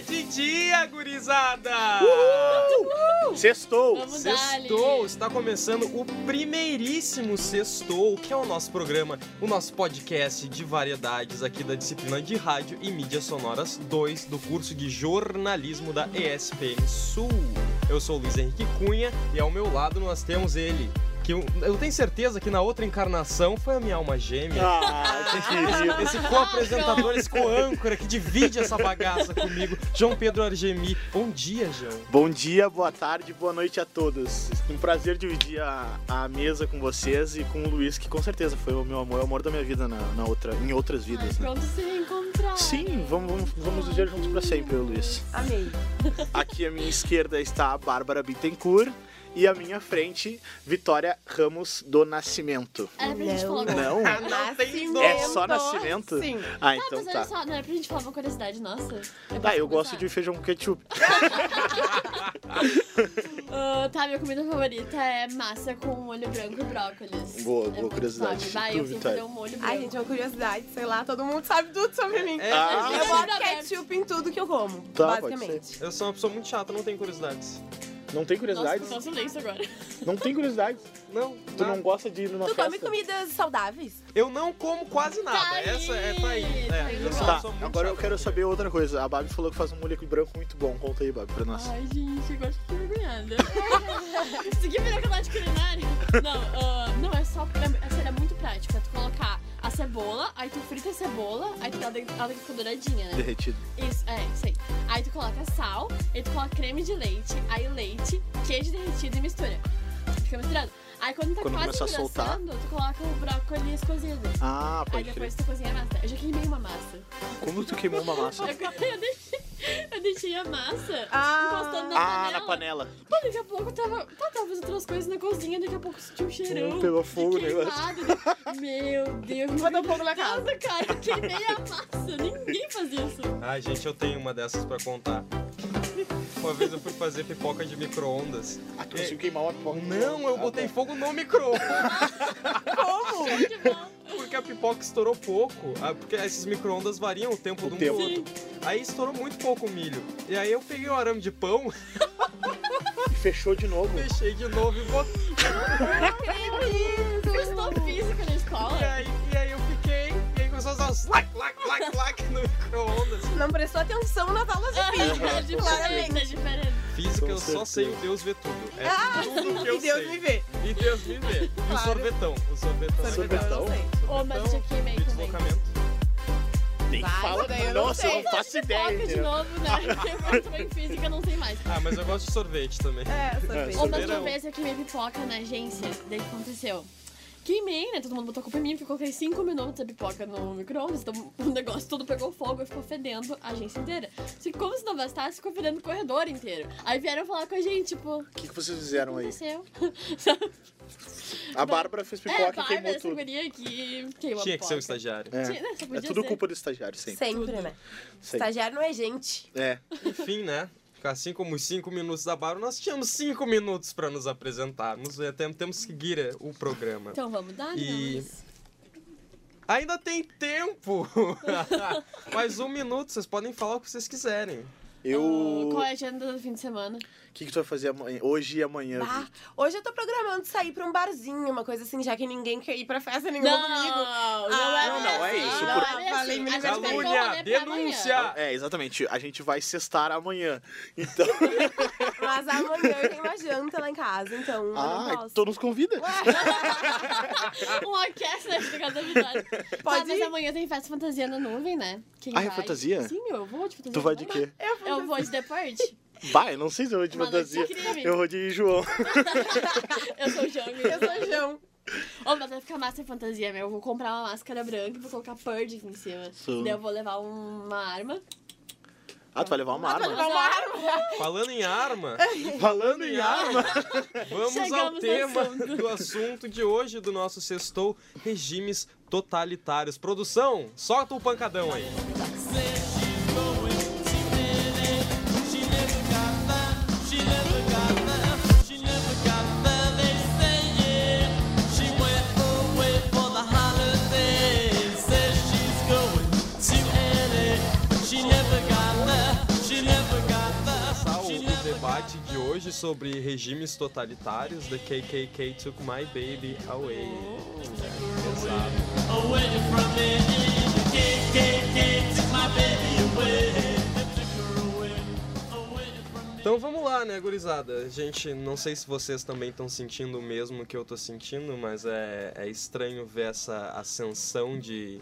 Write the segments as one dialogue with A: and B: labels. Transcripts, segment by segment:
A: dia, gurizada!
B: Uhul! Sextou!
C: Vamos dali.
A: Sextou! Está começando o primeiríssimo Sextou, que é o nosso programa, o nosso podcast de variedades aqui da disciplina de Rádio e Mídias Sonoras 2 do curso de Jornalismo da ESPM Sul. Eu sou o Luiz Henrique Cunha e ao meu lado nós temos ele, que eu, eu tenho certeza que na outra encarnação foi a minha alma gêmea.
B: Ah, que querido.
A: Esse co-apresentador, esse co-âncora que divide essa bagaça comigo, João Pedro Argemi. Bom dia, João.
B: Bom dia, boa tarde, boa noite a todos. Um prazer dividir a, a mesa com vocês e com o Luiz, que com certeza foi o meu amor, o amor da minha vida na, na outra, em outras
C: Ai,
B: vidas. né?
C: pronto, se reencontrar.
B: Sim, vamos, vamos, vamos viver juntos pra sempre, eu e o Luiz.
D: Amei.
B: Aqui à minha esquerda está a Bárbara Bittencourt e à minha frente, Vitória Ramos do Nascimento.
C: Era pra gente
D: É, Não.
C: falar alguma-
B: Não?
A: Nascimento.
B: É só nascimento?
D: Sim.
B: Ah,
C: Ah,
B: então
C: mas olha
B: tá.
C: só, não era pra gente falar uma curiosidade nossa? Eu
B: Ah,
C: posso
B: eu gosto de
C: começar?
B: feijão com ketchup.
C: Ah, tá, minha comida favorita é massa com molho branco e brócolis.
B: Boa,
C: É
B: boa
C: muito
B: curiosidade.
C: top. Vai,
B: Tu,
C: eu fui
B: Vitória?
C: fazer um molho branco.
D: Ai, gente, é uma curiosidade, sei lá, todo mundo sabe tudo sobre mim.
A: É,
B: Ah.
D: Eu boto ketchup em tudo que eu como,
B: Tá, pode
D: basicamente.
A: Eu sou uma pessoa muito chata, não tenho curiosidades.
B: Não tem
C: Nossa,
B: curiosidade?
C: ficou um silêncio agora.
B: Não tem curiosidade.
A: Não,
B: Tu
A: nada.
B: não gosta de ir numa
D: Tu
B: festa?
D: come comidas saudáveis?
A: Tá. Eu não como quase nada.
C: Tá aí,
A: Essa é pra ir.
C: tá
A: É,
C: aí.
A: eu sou uma
B: Tá,
A: pessoa muito
B: agora eu
A: chata
B: quero
A: pra
B: saber outra coisa. A Babi falou que faz um moleque branco muito bom. Conta aí, Babi, pra nós.
C: Ai, gente, agora fiquei vergonhada. Isso aqui é virou canal de culinária? Não, ah, não, é só. É, sério, é muito prático. É tu colocar a cebola, aí tu frita a cebola, aí tu dá dentro, ela tem que ficar douradinha, né?
B: Derretido.
C: Isso, é, isso aí. Aí tu coloca sal, aí tu coloca creme de leite, aí leite, queijo derretido e mistura. Fica misturado. Aí quando tá
B: Quando
C: quase
B: começar a soltar.
C: engrossando, tu coloca o brócolis cozido.
B: Ah,
C: Aí
B: pode crer.
C: depois tu cozinha a massa. Eu já queimei uma massa.
B: Como tu queimou uma massa?
C: Eu, eu deixei, eu deixei a massa
D: Ah.
C: encostando na
B: Ah,
C: panela.
B: na panela.
C: Pô, daqui a pouco eu tava. Pá, tava fazendo outras coisas na cozinha, daqui a pouco eu senti um cheirão.
B: Hum, pegou fogo o
C: de queimado. Meu Deus, me
D: Botou fogo um na casa.
C: Nossa, cara, eu queimei a massa. Ninguém faz isso.
B: um-
A: Ai, gente, eu tenho uma dessas pra contar. Uma vez eu fui fazer pipoca de micro-ondas.
B: Ah, tu conseguiu queimar uma pipoca?
A: Não, eu
B: Ah,
A: botei
B: tá.
A: fogo no micro-ondas,
D: Como?
C: Show de bola.
A: porque a pipoca estourou pouco. Ah, Porque esses micro-ondas variam o tempo
B: O
A: de um
B: tempo.
A: pro outro.
C: Sim.
A: Aí estourou muito pouco o milho. E aí eu peguei um arame de pão,
B: E fechou de novo.
A: fechei de novo e botei.
C: Eu estou física na escola.
B: É.
A: E aí, e aí eu fiquei. E aí começou a usar os lac, lac, lac, lac no micro-ondas.
D: Não prestou atenção nas aulas de física.
C: É diferente, é diferente.
A: Física,
B: Com
A: eu só sei o
B: certeza.
A: Deus vê tudo. É tudo que eu
D: Ah, E Deus
A: sei.
D: me vê.
A: E Deus me vê. E o
D: Claro. Oh,
A: sorvetão. O sorvetão.
B: Sorvetão.
A: é legal.
D: Eu não sei.
C: Ô, mas eu já queimei
A: de
C: também.
A: deslocamento.
B: Nem
D: Vai,
B: fala.
D: daí eu não
B: Nossa,
D: sei.
B: eu não faço ideia.
C: Foca de
B: entendeu?
C: novo, né? Porque eu também física, não sei mais.
A: Ah, mas eu gosto de sorvete também.
D: É, sorvete.
C: Ô, mas uma
A: Verão.
C: vez eu queimei pipoca na agência, daí o que aconteceu? Queimei, né? Todo mundo botou a culpa em mim, porque eu coloquei 5 minutos a pipoca no micro-ondas, então o negócio todo pegou fogo e ficou fedendo a agência inteira. Se como se não bastasse, ficou fedendo o corredor inteiro. Aí vieram falar com a gente, tipo, o
B: O que, que vocês
C: que
B: fizeram aí?
C: aconteceu?
B: A Bárbara fez
C: É, a
B: pipoca e
C: Bárbara,
B: queimou
C: essa
B: tudo.
C: guria que queimou a
A: Tinha que ser o
C: pipoca.
A: estagiário.
B: É.
C: Tinha- né, só
B: É
C: podia
B: tudo
C: ser.
B: culpa do estagiário, sempre.
D: Sempre, né?
B: sempre.
D: Estagiário não é gente.
B: É.
A: Enfim, né? Assim como os cinco minutos da Bárbara, nós tínhamos cinco minutos pra nos apresentarmos. E até temos que seguir eh, o programa.
C: Então vamos dar,
A: E-
C: e...
A: Ainda tem tempo! Mais um minuto, vocês podem falar o que vocês quiserem.
B: Eu.
C: Qual é a
B: O
C: agenda do fim de semana?
B: que, que tu vai fazer amanhã- hoje e amanhã?
D: Bah,
B: Vi?
D: tá? hoje eu tô programando sair pra um barzinho, uma coisa assim, já que ninguém quer ir pra festa nenhuma comigo. Ah,
B: não, não é isso,
C: Não,
B: por-
C: é bem
D: Falei
C: assim.
D: mil
C: A gente
D: vezes.
C: pegou o
A: Calúnia,
C: rolê pra amanhã.
A: denúncia. Ah.
B: É, exatamente. A gente vai cestar amanhã. Então.
D: Mas amanhã eu tenho uma janta lá em casa, então eu não
B: ah,
D: posso.
B: então nos convida.
C: Um orquestra de cada habilidade.
D: Pode
C: tá, mas
D: ir.
C: amanhã tem festa fantasia na nuvem, né? Quem
B: Ah, é
C: vai?
B: fantasia?
C: Sim, meu, eu vou de fantasia.
B: Tu vai de quê?
D: Eu vou
C: Eu vou de The Purge.
B: Bah, eu não sei se eu vou de
C: Uma noite
B: fantasia.
C: incrível.
B: Eu vou de João.
C: Eu sou o Jami.
D: Eu sou João.
C: Ô, mas vai ficar massa em fantasia, meu. Eu vou comprar uma máscara branca e vou colocar Purge aqui em cima.
B: Sim.
C: Daí eu vou levar uma arma.
B: Ah, tu vai levar uma arma?
D: levar uma arma.
A: É, Falando em arma,
B: Falando em arma.
A: vamos ao
C: Chegamos no
A: tema
C: assunto.
A: do assunto de hoje do nosso sextou: regimes totalitários. Produção, solta o pancadão aí.
E: She never got left, she never got
A: Tá debate de hoje sobre regimes totalitários. The KKK took my baby away.
C: Oh.
A: Exato.
E: away from me. The KKK took my baby away. They took her away, away from me.
A: Então vamos lá, né, gurizada? Gente, não sei se vocês também estão sentindo o mesmo que eu tô sentindo, mas é, é estranho ver essa ascensão de,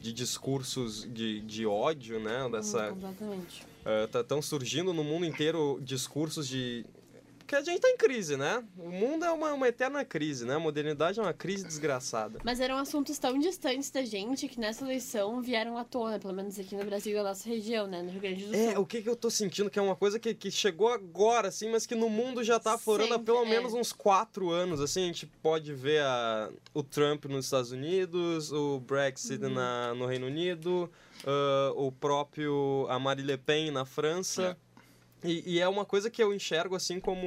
A: de discursos de, de ódio, né? Dessa
C: Uhum. Completamente.
A: Estão surgindo no mundo inteiro discursos de. Porque a gente tá em crise, né? O mundo é uma, uma eterna crise, né? A modernidade é uma crise desgraçada.
C: Mas eram assuntos tão distantes da gente que nessa eleição vieram à tona, pelo menos aqui no Brasil e na nossa região, né? No Rio Grande do Sul.
A: É, o que, que eu tô sentindo que é uma coisa que, que chegou agora, assim, mas que no mundo já tá aflorando há
C: Sempre,
A: pelo
C: é.
A: menos uns quatro anos, assim. A gente pode ver a- o Trump nos Estados Unidos, o Brexit
C: Uhum.
A: na, no Reino Unido, ah, o próprio a Marie Le Pen na França. E, e é uma coisa que eu enxergo, assim, como... ah,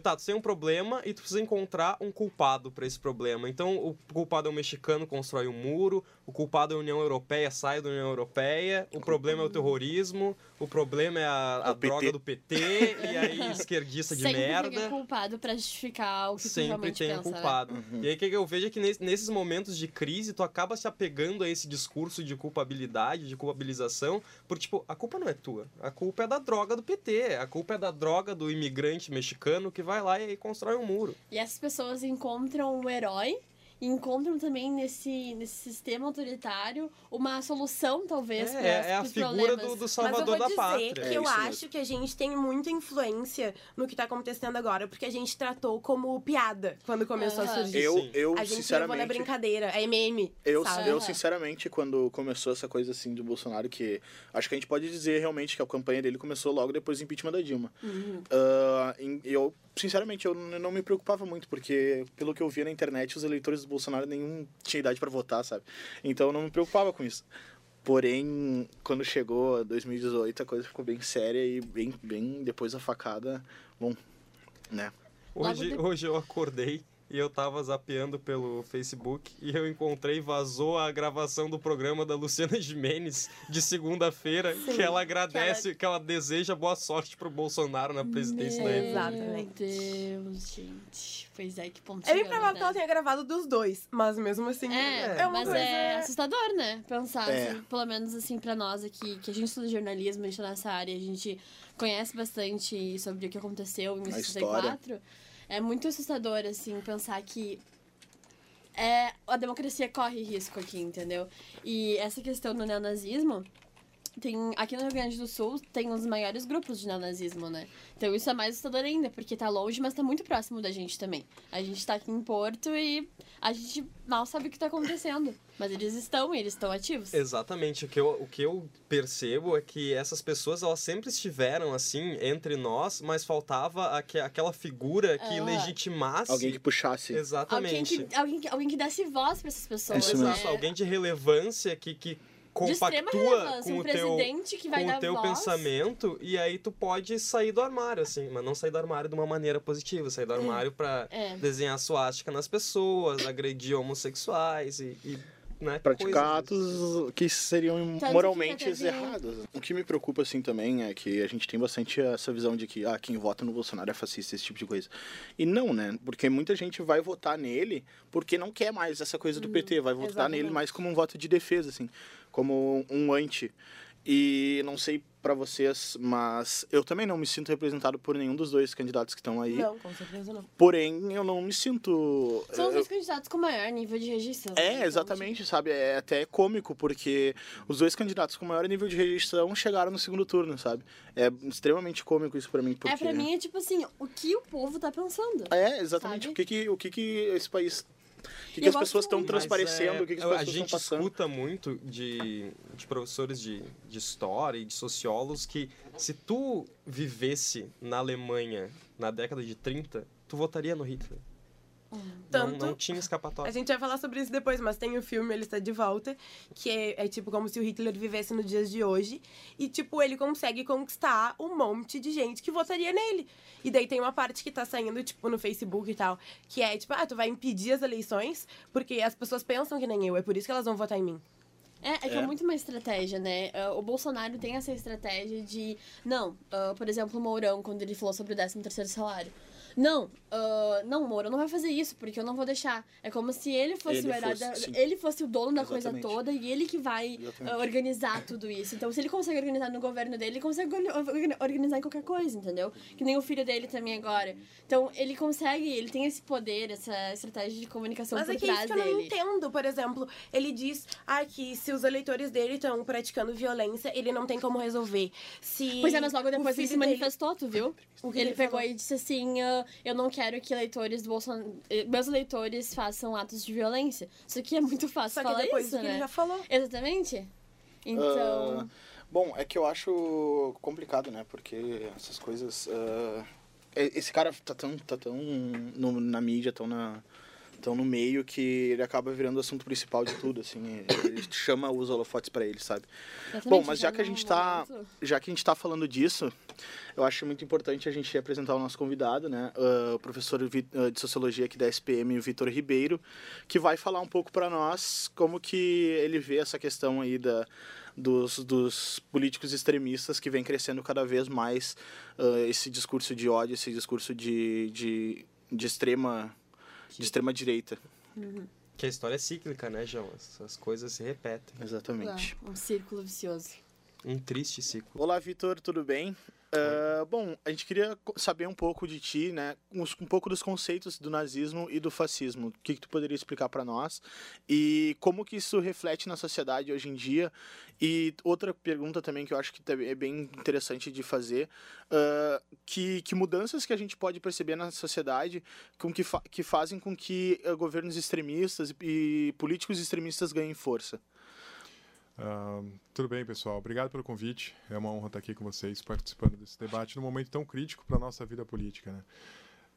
A: Tá, tu tem um problema e tu precisa encontrar um culpado pra esse problema. Então, o culpado é o mexicano, constrói o muro. O culpado é a União Europeia, sai da União Europeia. O problema é o terrorismo. O problema é a, a
B: O PT.
A: droga do PT. E aí, esquerdista de
C: Sempre tem
A: merda.
C: culpado pra justificar o que tu
A: Sempre
C: realmente
A: tem um
C: pensa, né?
A: culpado. E aí, o que eu vejo é que nes- nesses momentos de crise, tu acaba se apegando a esse discurso de culpabilidade, de culpabilização, por tipo, a culpa não é tua. A culpa é da droga do PT. A culpa é da droga do imigrante mexicano que vai lá e aí constrói um muro.
C: E essas pessoas encontram um herói e encontram também nesse, nesse sistema autoritário uma solução, talvez,
A: É,
C: para
A: é, a figura do, do
D: Mas eu
A: salvador
D: vou
A: da
D: dizer
A: pátria.
D: que
B: É
D: eu
B: isso
D: acho
B: mesmo.
D: que a gente tem muita influência no que tá acontecendo agora, porque a gente tratou como piada quando começou a
C: Aham.
D: surgir.
B: Eu,
A: Sim.
B: eu
D: a gente levou na
B: sinceramente.
D: brincadeira, é meme.
B: Eu,
D: sabe?
B: eu, sinceramente, quando começou essa coisa assim do Bolsonaro, que acho que a gente pode dizer realmente que a campanha dele começou logo depois do impeachment da Dilma. Ah, em- eu, sinceramente, eu n- não me preocupava muito, porque pelo que eu via na internet, os eleitores do Bolsonaro nenhum tinha idade pra votar, sabe? Então eu não me preocupava com isso. Porém, quando chegou 2018, a coisa ficou bem séria e bem, bem depois da facada, bom, né?
A: Hoje,
C: Logo de-
A: hoje eu acordei e eu tava zapeando pelo Facebook e eu encontrei, vazou a gravação do programa da Luciana Gimenez de segunda-feira, que ela agradece, que ela... deseja boa sorte pro Bolsonaro na presidência da
D: Meu
A: dele.
D: Exatamente.
C: Meu Deus, gente. Pois é, que ponto
D: É bem
C: chegamos,
D: provável
C: né?
D: que ela tenha gravado dos dois, mas mesmo assim
C: É,
D: é uma
C: mas
D: coisa.
C: é assustador, né? Pensar,
B: né? É.
C: assim, pelo menos assim, pra nós aqui, que a gente estuda jornalismo, a gente tá nessa área, a gente conhece bastante sobre o que aconteceu em
B: A
C: 1964. É muito assustador, assim, pensar que é, a democracia corre risco aqui, entendeu? E essa questão do neonazismo. Tem, aqui no Rio Grande do Sul tem um dos maiores grupos de neonazismo, né? Então isso é mais assustador ainda, porque tá longe, mas tá muito próximo da gente também. A gente tá aqui em Porto e a gente mal sabe o que tá acontecendo. Mas eles estão, e eles estão ativos.
A: Exatamente, o que, eu, o que eu percebo é que essas pessoas elas sempre estiveram assim entre nós, mas faltava aque- aquela figura que
C: Ah.
A: legitimasse.
B: Alguém que puxasse.
C: Alguém
A: Exatamente.
C: que, alguém, que- alguém que desse voz pra essas pessoas,
B: É Isso
C: né?
A: Exato, alguém de relevância que, que
C: de extrema
A: compactua
C: relevância,
A: com
C: um
A: o teu
C: presidente que vai
A: com
C: dar
A: o teu
C: voz.
A: pensamento e aí tu pode sair do armário, assim, mas não sair do armário de uma maneira positiva, sair do armário pra
C: É.
A: desenhar suástica nas pessoas, agredir homossexuais e, e, né,
B: praticar
A: coisas.
B: atos que seriam
C: Tanto
B: moralmente
C: que já teve-
B: errados. O que me preocupa, assim, também é que a gente tem bastante essa visão de que ah, quem vota no Bolsonaro é fascista, esse tipo de coisa. E não, né? Porque muita gente vai votar nele porque não quer mais essa coisa do PT, vai votar
D: exatamente.
B: nele mais como um voto de defesa, assim, como um anti. E não sei pra vocês, mas eu também não me sinto representado por nenhum dos dois candidatos que estão aí.
D: Não, com certeza não.
B: Porém, eu não me sinto.
C: São os
B: eu-
C: dois candidatos com maior nível de rejeição. né?
B: é,
C: Então,
B: exatamente, sabe? É até cômico, porque os dois candidatos com maior nível de rejeição chegaram no segundo turno, sabe? É extremamente cômico isso pra mim. Porque...
C: É, pra mim é tipo assim, o que o povo tá pensando.
B: É, exatamente.
C: sabe?
B: O que que, o que que esse país... O que, que
C: E eu
B: as
C: gosto
B: pessoas estão
C: muito.
B: transparecendo,
A: Mas, é,
B: o que, que as
A: eu-
B: pessoas
A: A gente
B: estão passando.
A: escuta muito de, de professores de, de história e de sociólogos que se tu vivesse na Alemanha na década de 30, tu votaria no Hitler.
D: Tanto-
A: Não, não tinha escapatória.
D: A gente vai falar sobre isso depois, mas tem o filme Ele Está de Volta, que é, é tipo como se o Hitler vivesse nos dias de hoje. E, tipo, ele consegue conquistar um monte de gente que votaria nele. E daí tem uma parte que tá saindo, tipo, no Facebook e tal, que é tipo, ah, tu vai impedir as eleições porque as pessoas pensam que nem eu, é por isso que elas vão votar em mim.
C: É, é que é.
B: É.
C: muito uma estratégia, né? Ah, o Bolsonaro tem essa estratégia de. Não, ah, por exemplo, o Mourão, quando ele falou sobre o 13 terceiro salário. Não, ah, não, o Mourão não vai fazer isso, porque eu não vou deixar. É como se ele fosse
B: Ele
C: o herói
B: fosse,
C: da-
B: sim.
C: ele fosse o dono da
B: Exatamente.
C: coisa toda e ele que vai
B: Exatamente.
C: ah, organizar tudo isso. Então, se ele consegue organizar no governo dele, ele consegue orga- orga- organizar em qualquer coisa, entendeu? Que nem o filho dele também agora. Então, ele consegue, ele tem esse poder, essa estratégia de comunicação
D: Mas
C: por
D: é que é isso
C: trás
D: que eu não
C: dele.
D: entendo, por exemplo. Ele diz ah, que se os eleitores dele estão praticando violência, ele não tem como resolver. Se
C: Pois é, mas logo
D: o
C: depois ele
D: filho
C: se
D: dele- Ah, tá.
C: manifestou, tu viu?
D: O que
C: ele
D: ele
C: pegou
D: falou?
C: e disse assim: ah, eu não quero que eleitores do Bolsonaro. Meus eleitores façam atos de violência. Isso aqui é muito fácil
D: Só
C: falar
D: que depois
C: isso,
D: do que
C: né?
D: ele já falou.
C: Exatamente. Então.
B: Ah, bom, é que eu acho complicado, né? Porque essas coisas. ah, e- esse cara tá tão, tá tão no- na mídia, tão, na, tão no meio que ele acaba virando o assunto principal de tudo, assim. Ele chama os holofotes pra ele, sabe? Bom,
C: exatamente,
B: mas
C: tá
B: já que a
C: num
B: gente tá,
C: momento-
B: já que a gente tá falando disso, eu acho muito importante a gente apresentar o nosso convidado, né? Ah, o professor Vi- ah, de sociologia aqui da SPM, o Vitor Ribeiro, que vai falar um pouco para nós como que ele vê essa questão aí da dos, dos políticos extremistas que vem crescendo cada vez mais ah, esse discurso de ódio, esse discurso de, de, de extrema de extrema direita,
A: Que a história é cíclica, né, João? As, as coisas se repetem.
B: exatamente.
C: Um círculo vicioso.
A: Um triste ciclo.
B: Olá, Vitor, tudo bem? Ah, bom, a gente queria co- saber um pouco de ti, né? uns- Um pouco dos conceitos do nazismo e do fascismo. O que, que tu poderia explicar para nós? E como que isso reflete na sociedade hoje em dia? E outra pergunta também que eu acho que também é bem interessante de fazer: ah, que, que mudanças que a gente pode perceber na sociedade com que, fa- que fazem com que ah, governos extremistas e políticos extremistas ganhem força?
F: Ah, tudo bem, pessoal. Obrigado pelo convite. É uma honra estar aqui com vocês, participando desse debate num momento tão crítico para a nossa vida política. Né?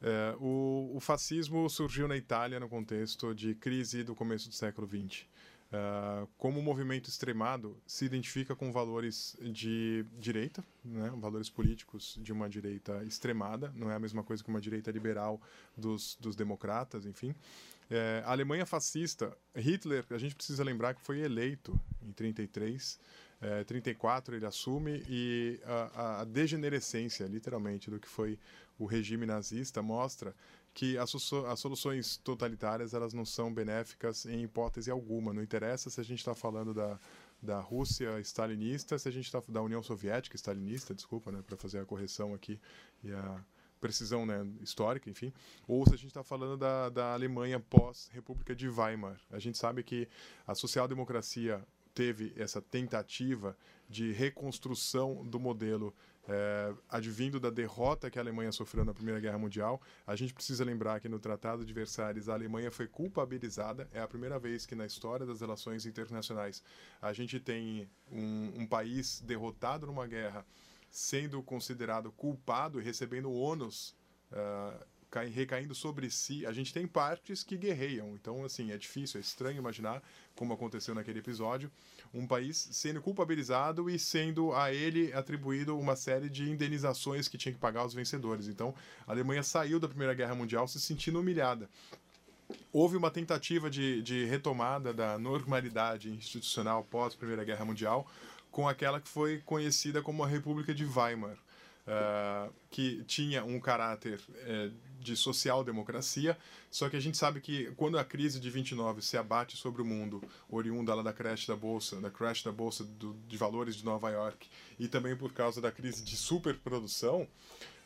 F: É, o, o fascismo surgiu na Itália no contexto de crise do começo do século XX. Ah, como um movimento extremado se identifica com valores de direita, né? valores políticos de uma direita extremada, não é a mesma coisa que uma direita liberal dos, dos democratas, enfim. É, a Alemanha fascista, Hitler, a gente precisa lembrar que foi eleito em 33, é, 34 ele assume e a, a degenerescência, literalmente, do que foi o regime nazista mostra que as, so- as soluções totalitárias elas não são benéficas em hipótese alguma. Não interessa se a gente está falando da, da Rússia stalinista, se a gente está da União Soviética stalinista, desculpa, né, para fazer a correção aqui e a precisão né, histórica, enfim, ou se a gente está falando da, da Alemanha pós-República de Weimar. A gente sabe que a social-democracia teve essa tentativa de reconstrução do modelo eh, advindo da derrota que a Alemanha sofreu na Primeira Guerra Mundial. A gente precisa lembrar que no Tratado de Versalhes a Alemanha foi culpabilizada. É a primeira vez que na história das relações internacionais a gente tem um, um país derrotado numa guerra sendo considerado culpado e recebendo ônus ah, cai- recaindo sobre si. A gente tem partes que guerreiam, então assim é difícil, é estranho imaginar como aconteceu naquele episódio, um país sendo culpabilizado e sendo a ele atribuído uma série de indenizações que tinha que pagar os vencedores. Então a Alemanha saiu da Primeira Guerra Mundial se sentindo humilhada houve uma tentativa de, de retomada da normalidade institucional pós Primeira Guerra Mundial com aquela que foi conhecida como a República de Weimar, ah, que tinha um caráter eh, de social-democracia, só que a gente sabe que quando a crise de 29 se abate sobre o mundo, oriunda lá da crash da bolsa, da crash da bolsa do- de valores de Nova York, e também por causa da crise de superprodução,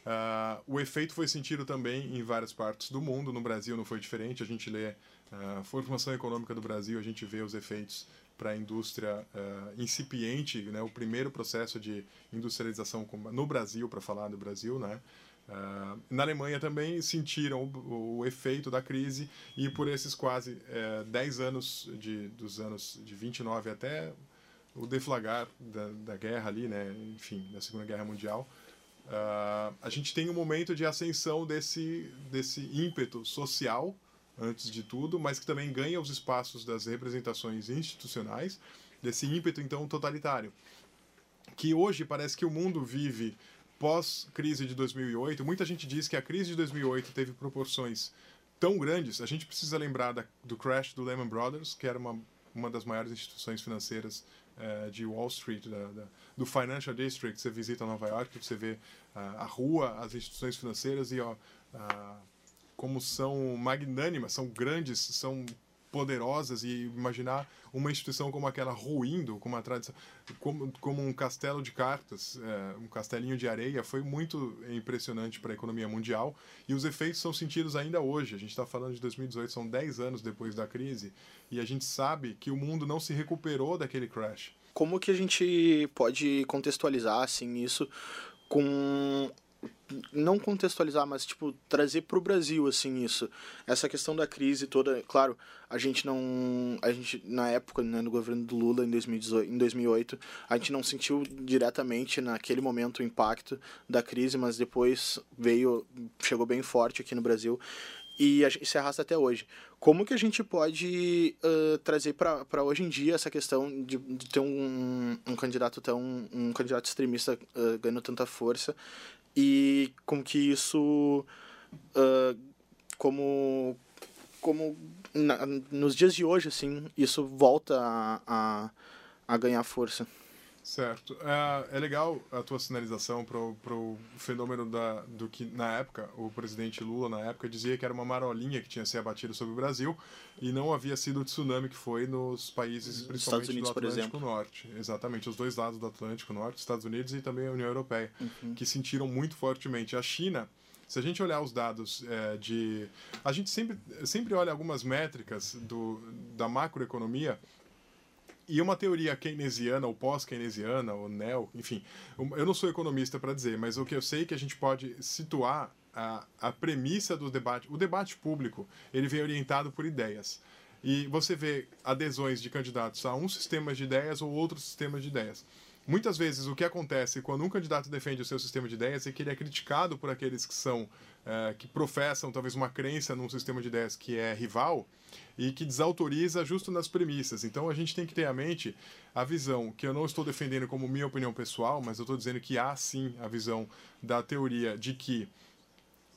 F: ah, o efeito foi sentido também em várias partes do mundo. No Brasil não foi diferente. A gente lê ah, a formação econômica do Brasil, a gente vê os efeitos para a indústria ah, incipiente, né? O primeiro processo de industrialização com- no Brasil, para falar do Brasil, né? Ah, na Alemanha também sentiram o, o efeito da crise e por esses quase eh, 10 anos de, dos anos de 29 até o deflagrar da, da guerra ali, né? Enfim, da Segunda Guerra Mundial, ah, a gente tem um momento de ascensão desse, desse ímpeto social, antes de tudo, mas que também ganha os espaços das representações institucionais, desse ímpeto, então, totalitário. Que hoje parece que o mundo vive pós-crise de 2008. Muita gente diz que a crise de 2008 teve proporções tão grandes. A gente precisa lembrar da, do crash do Lehman Brothers, que era uma uma das maiores instituições financeiras eh, de Wall Street, da- da- do Financial District. Você visita Nova York, você vê ah, a rua, as instituições financeiras e ó, ah, como são magnânimas, são grandes, são poderosas e imaginar uma instituição como aquela ruindo, com uma tradição, como, como um castelo de cartas, eh, um castelinho de areia, foi muito impressionante para a economia mundial e os efeitos são sentidos ainda hoje. A gente está falando de 2018, são 10 anos depois da crise e a gente sabe que o mundo não se recuperou daquele crash.
B: Como que a gente pode contextualizar, assim, isso com... Não contextualizar, mas, tipo, trazer pro Brasil, assim, isso. Essa questão da crise toda, claro, a gente não... A gente, na época, né, no governo do Lula, em, 2018, em 2008, a gente não sentiu diretamente, naquele momento, o impacto da crise, mas depois veio... Chegou bem forte aqui no Brasil e a gente se arrasta até hoje. Como que a gente pode ãh, trazer para hoje em dia essa questão de, de ter um, um candidato tão um candidato extremista ãh, ganhando tanta força e como que isso ãh, como como na- nos dias de hoje assim isso volta a, a, a ganhar força
F: Certo. Ah, É, legal a tua sinalização para o fenômeno da, do que, na época, o presidente Lula, na época, dizia que era uma marolinha que tinha se abatido sobre o Brasil e não havia sido o tsunami que foi nos países, principalmente
B: Unidos,
F: do
B: por
F: Atlântico
B: exemplo.
F: Norte. Exatamente, os dois lados do Atlântico Norte, Estados Unidos e também a União Europeia,
B: Uhum.
F: que sentiram muito fortemente. A China. Se a gente olhar os dados eh, de. A gente sempre, sempre olha algumas métricas do, da macroeconomia e uma teoria keynesiana ou pós-keynesiana ou neo, enfim, um- eu não sou economista para dizer, mas o que eu sei é que a gente pode situar a, a premissa do debate, o debate público, ele vem orientado por ideias. E você vê adesões de candidatos a um sistema de ideias ou outro sistema de ideias. Muitas vezes o que acontece quando um candidato defende o seu sistema de ideias é que ele é criticado por aqueles que são eh, que professam talvez uma crença num sistema de ideias que é rival e que desautoriza justo nas premissas. Então a gente tem que ter à mente a visão que eu não estou defendendo como minha opinião pessoal, mas eu estou dizendo que há sim a visão da teoria de que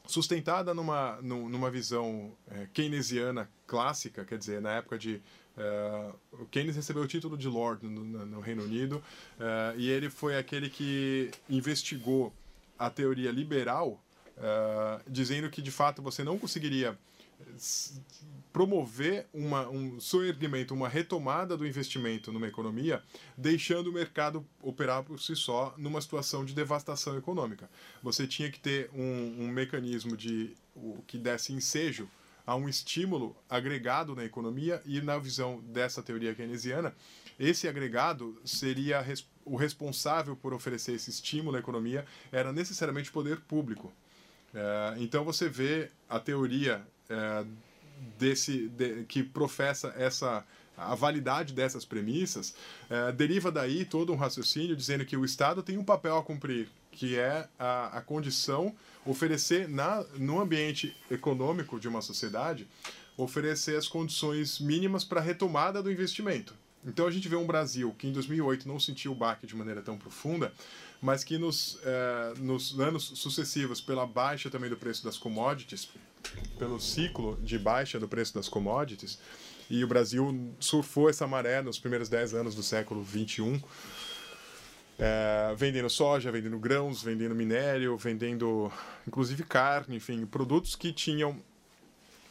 F: sustentada numa, nu- numa visão eh, keynesiana clássica, quer dizer, na época de. eh, o Keynes recebeu o título de Lord no, no- no Reino Unido eh, e ele foi aquele que investigou a teoria liberal, eh, dizendo que de fato você não conseguiria s- promover uma, um soerguimento, uma retomada do investimento numa economia, deixando o mercado operar por si só numa situação de devastação econômica. Você tinha que ter um, um mecanismo de o, que desse ensejo a um estímulo agregado na economia e na visão dessa teoria keynesiana, esse agregado seria res- o responsável por oferecer esse estímulo à economia era necessariamente o poder público. É, então você vê a teoria é, desse de- que professa essa a validade dessas premissas é, deriva daí todo um raciocínio dizendo que o Estado tem um papel a cumprir que é a, a condição oferecer na no ambiente econômico de uma sociedade oferecer as condições mínimas para a retomada do investimento então a gente vê um Brasil que em 2008 não sentiu o baque de maneira tão profunda, mas que nos, eh, nos anos sucessivos, pela baixa também do preço das commodities, pelo ciclo de baixa do preço das commodities, e o Brasil surfou essa maré nos primeiros 10 anos do século 21, é, vendendo soja, vendendo grãos, vendendo minério, vendendo inclusive carne, enfim, produtos que tinham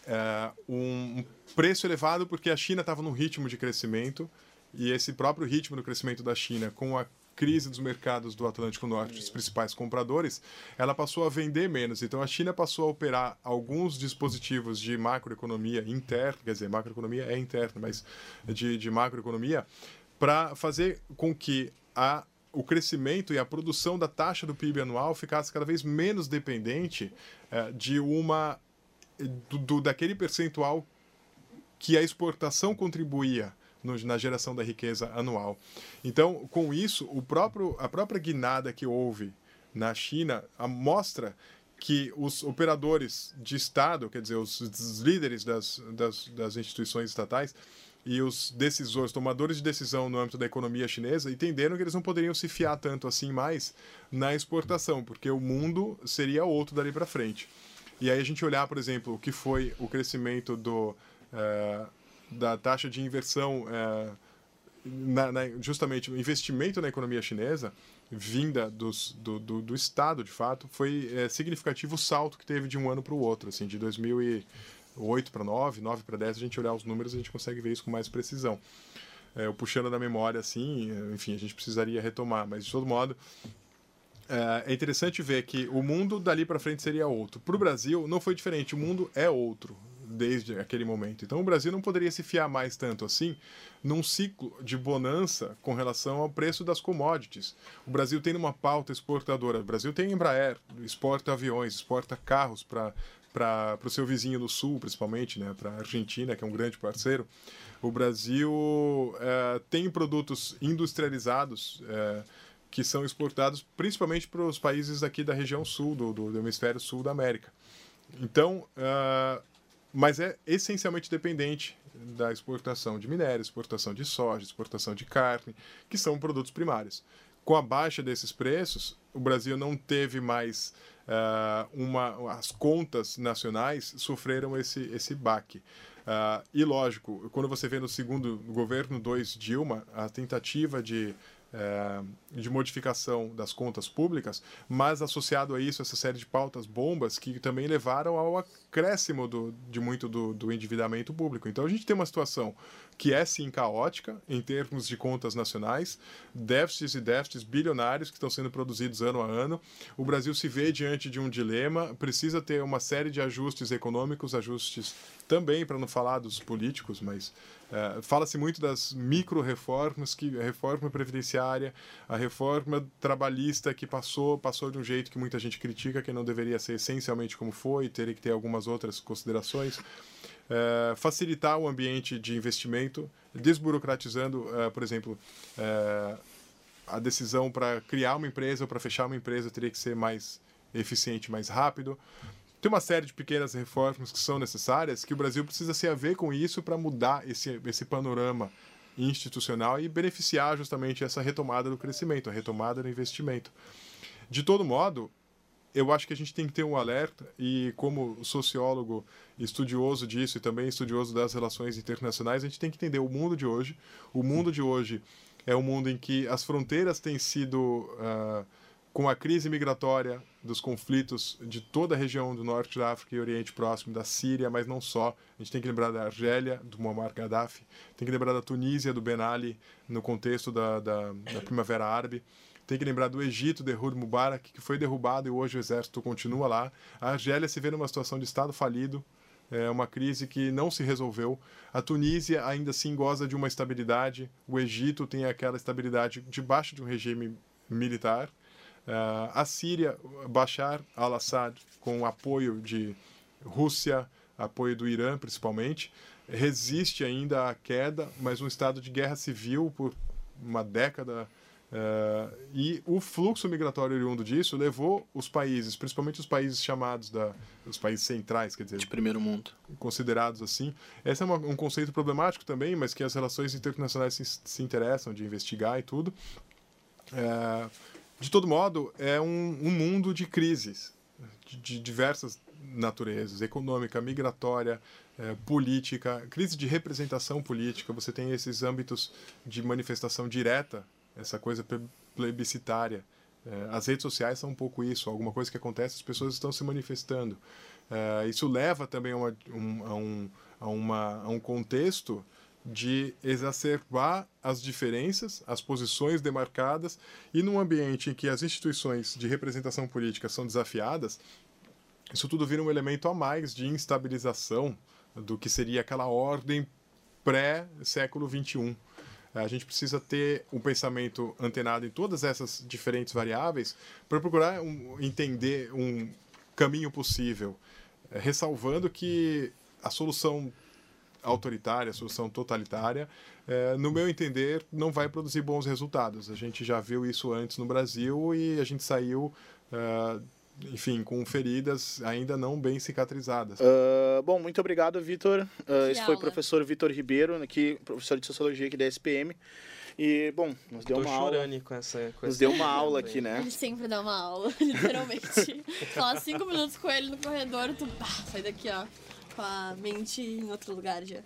F: é, um preço elevado porque a China estava num ritmo de crescimento e esse próprio ritmo do crescimento da China com a crise dos mercados do Atlântico Norte, dos principais compradores, ela passou a vender menos. Então a China passou a operar alguns dispositivos de macroeconomia interna, quer dizer, macroeconomia é interna, mas de, de macroeconomia, para fazer com que a o crescimento e a produção da taxa do PIB anual ficasse cada vez menos dependente eh, de uma do, do- daquele percentual que a exportação contribuía no- na geração da riqueza anual. Então, com isso, o próprio, a própria guinada que houve na China a- mostra que os operadores de Estado, quer dizer, os, os líderes das, das, das instituições estatais e os decisores, tomadores de decisão no âmbito da economia chinesa, entenderam que eles não poderiam se fiar tanto assim mais na exportação, porque o mundo seria outro dali para frente. E aí a gente olhar, por exemplo, o que foi o crescimento do, eh, da taxa de inversão, é, na, na, justamente o investimento na economia chinesa, vinda dos, do, do, do Estado, de fato, foi é, significativo o salto que teve de um ano para o outro, assim, de 2008 para 9, 9 para 10, a gente olhar os números, a gente consegue ver isso com mais precisão. É, eu puxando da memória, assim, enfim, a gente precisaria retomar, mas de todo modo, é interessante ver que o mundo dali para frente seria outro. Para o Brasil, não foi diferente. O mundo é outro desde aquele momento. Então, o Brasil não poderia se fiar mais tanto assim num ciclo de bonança com relação ao preço das commodities. O Brasil tem uma pauta exportadora. O Brasil tem Embraer, exporta aviões, exporta carros para para o seu vizinho do sul, principalmente, né, para a Argentina, que é um grande parceiro. O Brasil eh, tem produtos industrializados. eh, que são exportados principalmente para os países aqui da região sul, do, do, do hemisfério sul da América. Então, ah, mas é essencialmente dependente da exportação de minério, exportação de soja, exportação de carne, que são produtos primários. Com a baixa desses preços, o Brasil não teve mais ah, uma, as contas nacionais sofreram esse, esse baque. Ah, e lógico, quando você vê no segundo governo 2 Dilma, a tentativa de eh, de modificação das contas públicas, mas associado a isso, essa série de pautas bombas que também levaram ao acréscimo do, de muito do, do endividamento público. Então a gente tem uma situação que é sim caótica em termos de contas nacionais, déficits e déficits bilionários que estão sendo produzidos ano a ano. O Brasil se vê diante de um dilema, precisa ter uma série de ajustes econômicos, ajustes também, para não falar dos políticos, mas eh, fala-se muito das micro-reformas, que a reforma previdenciária, a reforma trabalhista que passou, passou de um jeito que muita gente critica, que não deveria ser essencialmente como foi, teria que ter algumas outras considerações. Eh, facilitar o ambiente de investimento, desburocratizando, eh, por exemplo, eh, a decisão para criar uma empresa ou para fechar uma empresa teria que ser mais eficiente, mais rápido. Tem uma série de pequenas reformas que são necessárias que o Brasil precisa se haver com isso para mudar esse, esse panorama institucional e beneficiar justamente essa retomada do crescimento, a retomada do investimento. De todo modo, eu acho que a gente tem que ter um alerta e como sociólogo estudioso disso e também estudioso das relações internacionais, a gente tem que entender o mundo de hoje. O mundo de hoje é um mundo em que as fronteiras têm sido ah, com a crise migratória dos conflitos de toda a região do norte da África e Oriente Próximo, da Síria, mas não só. A gente tem que lembrar da Argélia, do Muammar Gaddafi, tem que lembrar da Tunísia, do Ben Ali, no contexto da, da, da Primavera Árabe. Tem que lembrar do Egito, de Hur Mubarak, que foi derrubado e hoje o exército continua lá. A Argélia se vê numa situação de Estado falido, é uma crise que não se resolveu. A Tunísia ainda assim goza de uma estabilidade. O Egito tem aquela estabilidade debaixo de um regime militar. Ah, a Síria, Bashar al-Assad, com apoio de Rússia, apoio do Irã principalmente, resiste ainda à queda, mas um estado de guerra civil por uma década. eh, e o fluxo migratório oriundo disso levou os países, principalmente os países chamados da, os países centrais, quer dizer,
B: De primeiro mundo.
F: considerados assim. Esse é uma- um conceito problemático também, mas que as relações internacionais se, se interessam de investigar e tudo. É, de todo modo, é um, um mundo de crises de, de diversas naturezas, econômica, migratória, é, política, crise de representação política. Você tem esses âmbitos de manifestação direta, essa coisa ple- plebiscitária. É, as redes sociais são um pouco isso. Alguma coisa que acontece, as pessoas estão se manifestando. É, isso leva também a, uma- um, a, um, a, uma, a um contexto de exacerbar as diferenças, as posições demarcadas, e num ambiente em que as instituições de representação política são desafiadas, isso tudo vira um elemento a mais de instabilização do que seria aquela ordem pré-século XXI. A gente precisa ter um pensamento antenado em todas essas diferentes variáveis para procurar um- entender um caminho possível, eh, ressalvando que a solução autoritária, a solução totalitária, eh, no meu entender, não vai produzir bons resultados. A gente já viu isso antes no Brasil e a gente saiu, ah, enfim, com feridas ainda não bem cicatrizadas.
B: Ah, bom, muito obrigado, Vitor. Ah,
C: Que
B: esse foi o
C: aula.
B: professor Vitor Ribeiro, aqui, professor de Sociologia aqui da SPM. E, bom, nos deu
A: Tô
B: uma aula.
A: chorando com essa coisa.
B: Nos deu uma aula aqui, né?
C: Ele sempre dá uma aula, literalmente. Falar cinco minutos com ele no corredor, tu pá, sai daqui, ó. Com a mente em outro lugar já.
A: e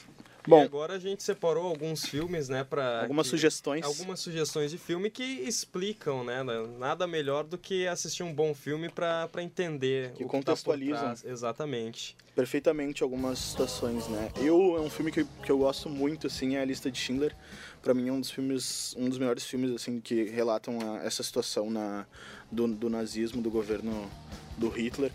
B: Bom,
A: agora a gente separou alguns filmes, né, para
B: algumas sugestões.
A: algumas sugestões de filme que explicam, né? né, Nada melhor do que assistir um bom filme pra pra entender.
B: Que
A: o
B: contextualizam.
A: Tá por trás. Exatamente.
B: perfeitamente algumas situações, né? Eu é um filme que, que eu gosto muito, assim, é a Lista de Schindler. Pra mim é um dos filmes, um dos melhores filmes, assim, que relatam a- essa situação na, do, do nazismo, do governo do Hitler.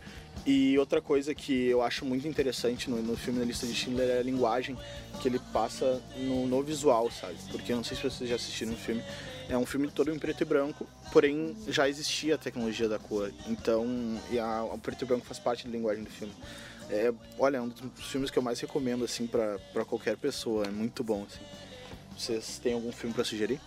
B: E outra coisa que eu acho muito interessante no, no filme da Lista de Schindler é a linguagem que ele passa no, no visual, sabe? Porque eu não sei se vocês já assistiram o filme. É um filme todo em preto e branco, porém já existia a tecnologia da cor. Então, e a, o preto e branco faz parte da linguagem do filme. É, olha, é um dos filmes que eu mais recomendo, assim, pra, pra qualquer pessoa. É muito bom, assim. Vocês têm algum filme pra sugerir?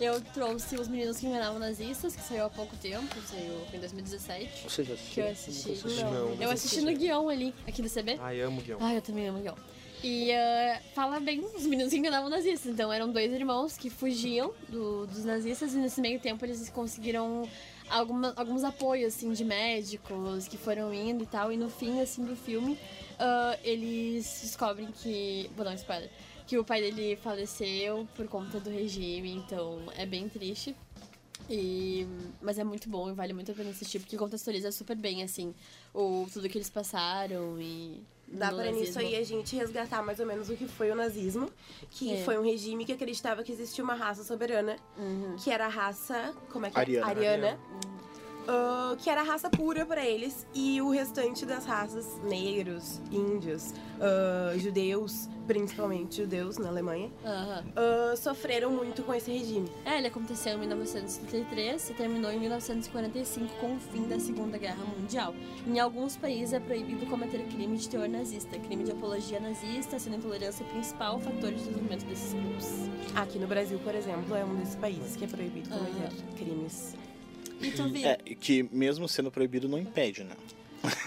C: Eu trouxe Os Meninos que Enganavam Nazistas, que saiu há pouco tempo, saiu em 2017.
B: Vocês já
C: Que eu
B: assistiram?
C: assisti.
A: Não,
C: Eu assisti no guião ali, aqui do CB.
A: Ai, amo Guião.
C: Ah, eu também amo Legal. E eh, fala bem dos meninos que enganavam nazistas. Então eram dois irmãos que fugiam do- dos nazistas e nesse meio tempo eles conseguiram alguma- alguns apoios assim de médicos que foram indo e tal. E no fim assim do filme ah, eles descobrem que, vou dar um spoiler, que o pai dele faleceu por conta do regime. Então é bem triste. E, mas é muito bom e vale muito a pena assistir porque contextualiza super bem assim o tudo que eles passaram e
D: Dá
C: do
D: pra nisso
C: nazismo.
D: aí a gente resgatar mais ou menos o que foi o nazismo, que
C: É.
D: foi um regime que acreditava que existia uma raça soberana,
C: Uhum.
D: que era a raça. Como é que
B: Ariana.
D: é? Ariana. Ah, que era a raça pura pra eles e o restante das raças negros, índios, ah, judeus, principalmente judeus na Alemanha,
C: Aham.
D: ah, sofreram muito com esse regime.
C: É, ele aconteceu em 1933 e terminou em 1945 com o fim da Segunda Guerra Mundial. Em alguns países é proibido cometer crime de teor nazista, crime de apologia nazista, sendo a intolerância o principal fator de desenvolvimento desses grupos.
D: Aqui no Brasil, por exemplo, é um desses países que é proibido cometer crimes.
C: E tu vi?
B: É, e que mesmo sendo proibido não impede, né?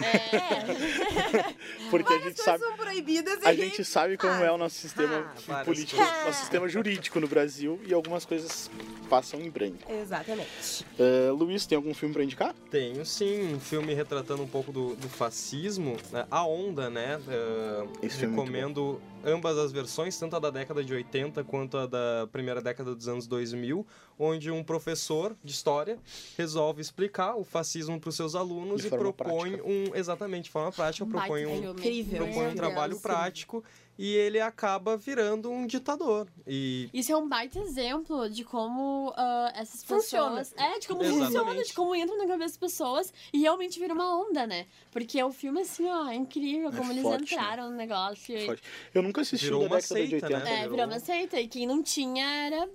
C: É,
B: Porque a gente sabe,
D: são proibidas
B: a gente sabe como é o nosso sistema
A: Ah, várias
B: político,
A: coisas.
B: nosso sistema jurídico no Brasil e algumas coisas passam em branco.
D: Exatamente.
B: Ah, Luiz, tem algum filme pra indicar?
A: Tenho sim, um filme retratando um pouco do, do fascismo, né? A Onda, né? Ah,
B: Esse filme é muito
A: recomendo ambas as versões, tanto a da década de 80 quanto a da primeira década dos anos 2000, onde um professor de história resolve explicar o fascismo para os seus alunos
B: De
A: e
B: forma
A: propõe
B: prática.
A: um, exatamente, de forma prática, propõe um,
D: incrível.
A: propõe um trabalho prático e ele acaba virando um ditador. E
C: Isso é um baita exemplo de como ah, essas
D: Funciona.
C: pessoas. É, de como
A: Exatamente.
C: funciona, de como entra na cabeça das pessoas e realmente vira uma onda, né? Porque o filme, assim, ó, é incrível
B: É
C: como eles
B: forte,
C: entraram no negócio. e-
B: Forte. Eu nunca assisti
A: Virou
B: o da
A: uma
B: década de
A: seita,
B: 80.
A: né?
C: É, virou uma seita. E quem não tinha era.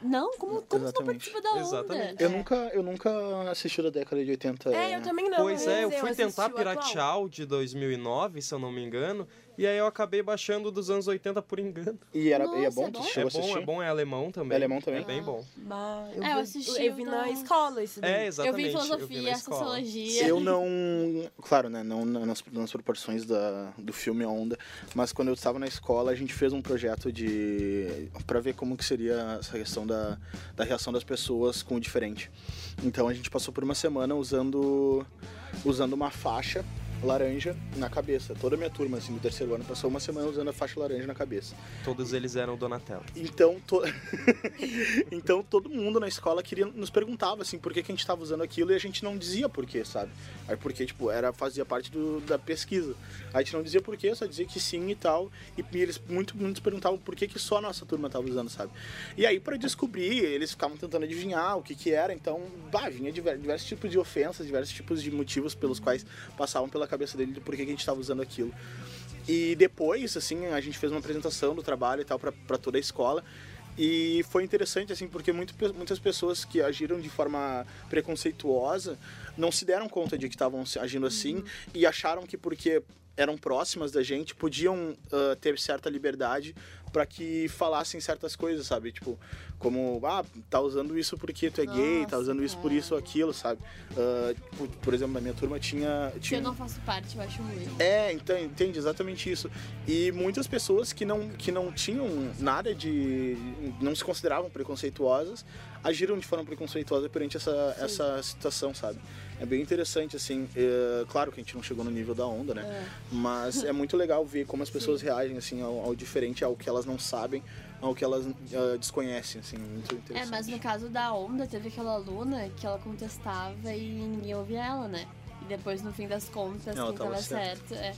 C: Não, como, como você não
B: Exatamente.
C: participa da onda?
A: Exatamente.
B: Eu, nunca, eu nunca assisti o da década de 80.
D: É, eu também não.
A: Pois é, eu
D: mas
A: fui tentar
D: assisti o atual.
A: piratear o de 2009, se eu não me engano, e aí eu acabei baixando o dos anos 80 por engano.
B: E, era, e é
C: Nossa,
B: bom?
C: é
B: Tu
C: bom?
A: é
B: chegou a
A: bom,
B: assistir?
A: é bom, é alemão também.
B: É alemão também?
A: É bem bom.
D: Bah, eu,
C: É, eu
D: vi,
C: assisti
D: eu vi
C: o
D: na
C: da-
D: escola esse daí.
A: É, exatamente.
C: Eu vi
A: vi
C: filosofia,
A: na escola.
C: sociologia.
B: Eu não. Claro, né? Não na- nas, nas proporções da, do filme A Onda, mas quando eu estava na escola, a gente fez um projeto de. para ver como que seria essa questão da, da reação das pessoas com o diferente. Então a gente passou por uma semana usando. usando uma faixa laranja na cabeça. Toda a minha turma, assim, do terceiro ano, passou uma semana usando a faixa laranja na cabeça.
A: Todos eles eram o Donatello.
B: Então, to- então todo mundo na escola queria nos perguntava assim por que, que a gente estava usando aquilo e a gente não dizia por quê, sabe? Aí porque tipo era fazia parte do- da pesquisa. A gente não dizia por quê, só dizia que sim e tal. E, e eles muito muitos perguntavam por que, que só a nossa turma estava usando, sabe? E aí para descobrir eles ficavam tentando adivinhar o que que era. Então, bah, vinha diver- diversos tipos de ofensas, diversos tipos de motivos pelos quais passavam pela cabeça dele do por que, que a gente estava usando aquilo. E depois, assim, a gente fez uma apresentação do trabalho e tal pra- pra toda a escola. E foi interessante, assim, porque muito pe- muitas pessoas que agiram de forma preconceituosa não se deram conta de que estavam se- agindo assim
E: Uhum.
B: e acharam que porque eram próximas da gente, podiam ah, ter certa liberdade para que falassem certas coisas, sabe? Tipo, como, ah, tá usando isso porque tu é gay, tá
E: Nossa,
B: usando isso por
E: cara.
B: isso ou aquilo, sabe? Ah, tipo, por exemplo, na minha turma tinha.
E: Que
B: tinha
E: eu não faço parte, eu acho ruim.
B: é, então, entende exatamente isso. E muitas pessoas que não, que não tinham nada de. não se consideravam preconceituosas, agiram de forma preconceituosa perante essa, essa situação, sabe? É bem interessante, assim. é, claro que a gente não chegou no nível da onda, né? Mas é muito legal ver como as pessoas reagem, assim, ao, ao diferente, ao que elas não sabem, ao que elas ah, desconhecem, assim. Muito
E: É,
B: interessante.
E: mas no caso da Onda, teve aquela aluna que ela contestava e ninguém ouvia ela, né? E depois, no fim das contas,
B: Ela
E: quem
B: tava
E: tava certo. É.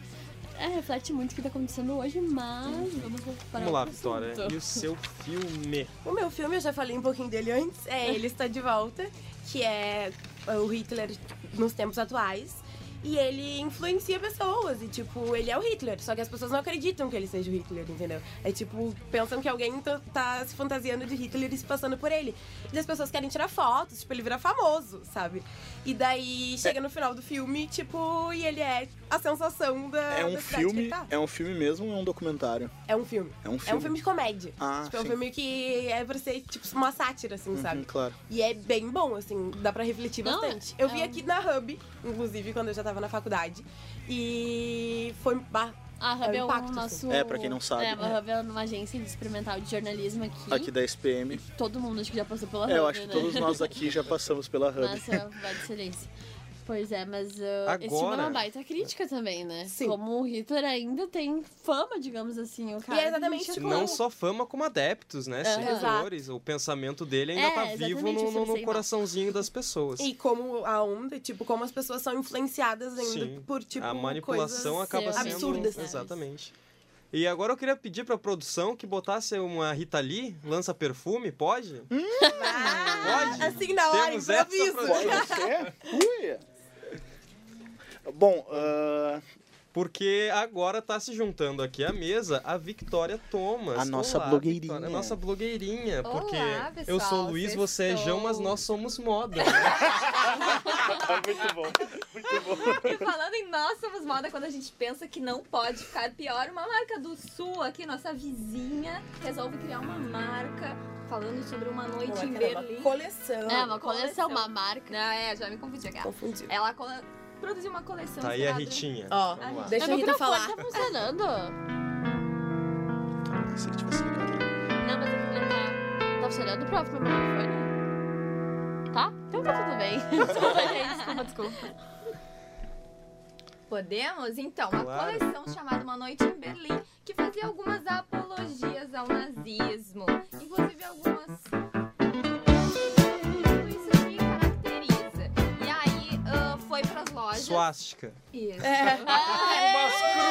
E: É, reflete muito o que tá acontecendo hoje, mas vamos parar
A: Vamos lá,
E: pro
A: Vitória.
E: assunto.
A: E o seu filme?
D: O meu filme, eu já falei um pouquinho dele antes, é Ele Está de Volta, que é o Hitler nos tempos atuais. E ele influencia pessoas, e tipo, ele é o Hitler, só que as pessoas não acreditam que ele seja o Hitler, entendeu? É tipo, pensam que alguém tá- tá se fantasiando de Hitler e se passando por ele. E as pessoas querem tirar fotos, tipo, ele vira famoso, sabe? E daí chega no final do filme, tipo, e ele é a sensação da.
B: É um
D: da cidade que ele
B: filme.
D: tá.
B: É um filme mesmo ou é um documentário?
D: É um filme.
B: É um
D: É
B: filme.
D: um filme de comédia.
B: Ah,
D: tipo, é um
B: sim.
D: filme que é pra ser, tipo, uma sátira, assim,
B: Uhum,
D: sabe?
B: claro.
D: E é bem bom, assim, dá pra refletir
E: Não,
D: bastante. Eu
E: é
D: vi
E: um-
D: aqui na Hub, inclusive, quando eu já tava na faculdade. E foi. bah,
E: A Hub é,
D: É o
E: o
D: impacto,
E: nosso.
B: É, pra quem não sabe.
E: É, a Hub é uma agência experimental de jornalismo aqui.
B: Aqui da SPM.
E: Todo mundo acho que já passou pela Hub.
B: É, eu acho que
E: né?
B: todos nós aqui já passamos pela Hub.
E: Nossa, vai de silêncio. Pois é, mas uh, esse filme é
A: Agora-
E: uma baita crítica também, né?
D: Sim.
E: Como o Hitler ainda tem fama, digamos assim, o
D: e
E: cara.
D: é exatamente
E: que-
D: como.
A: Não só fama, como adeptos, né?
E: Aham.
A: Seguidores. O pensamento dele ainda
E: É,
A: tá vivo
E: exatamente,
A: no,
E: isso eu
A: no- no
E: sei,
A: coraçãozinho das pessoas.
D: E como a onda, tipo, como as pessoas são influenciadas ainda
A: Sim.
D: por, tipo,
A: a manipulação
D: coisas
A: acaba sendo
D: absurdas.
E: né?
A: exatamente. E agora eu queria pedir pra produção que botasse uma Rita Lee, lança perfume, pode?
D: Ah,
A: Pode?
D: Assim, na hora,
A: Temos essa
D: improviso.
A: produção.
B: Pode ser? Ui! Bom, ah,
A: Porque agora tá se juntando aqui à mesa a Victoria Thomas.
B: A nossa
A: Olá,
B: blogueirinha.
A: Victoria, a nossa blogueirinha,
C: Olá,
A: porque
C: pessoal,
A: eu sou o Luiz, você é
C: sextou.
A: João, mas nós somos moda. né?
B: é muito bom. Muito bom.
C: E falando em nós somos moda, quando a gente pensa que não pode ficar pior, uma marca do sul aqui, nossa vizinha, resolve criar uma marca falando sobre uma noite
D: é
C: em Berlim.
D: coleção.
E: É, uma coleção, É. uma marca.
C: Não, é, já me confundi. Aqui.
D: Confundiu.
C: Ela co- produziu uma coleção.
A: tá aí a
C: inspirada-
A: Ritinha.
D: Ó,
A: Vamos lá.
D: deixa a
E: Meu
D: Rita
E: microfone
D: falar.
E: tá funcionando.
B: Se ele tivesse ligado.
E: Não, mas aqui não tá. Tá funcionando o próprio meu microfone? Tá? Então tá tudo bem. Desculpa, gente. Desculpa, desculpa.
C: Podemos? Então, uma
A: Claro.
C: coleção chamada Uma Noite em Berlim, que fazia algumas apologias ao nazismo. Inclusive algumas. Tudo isso me caracteriza. E aí ah, foi pras lojas.
A: Suástica.
C: Isso.
E: É.
C: É.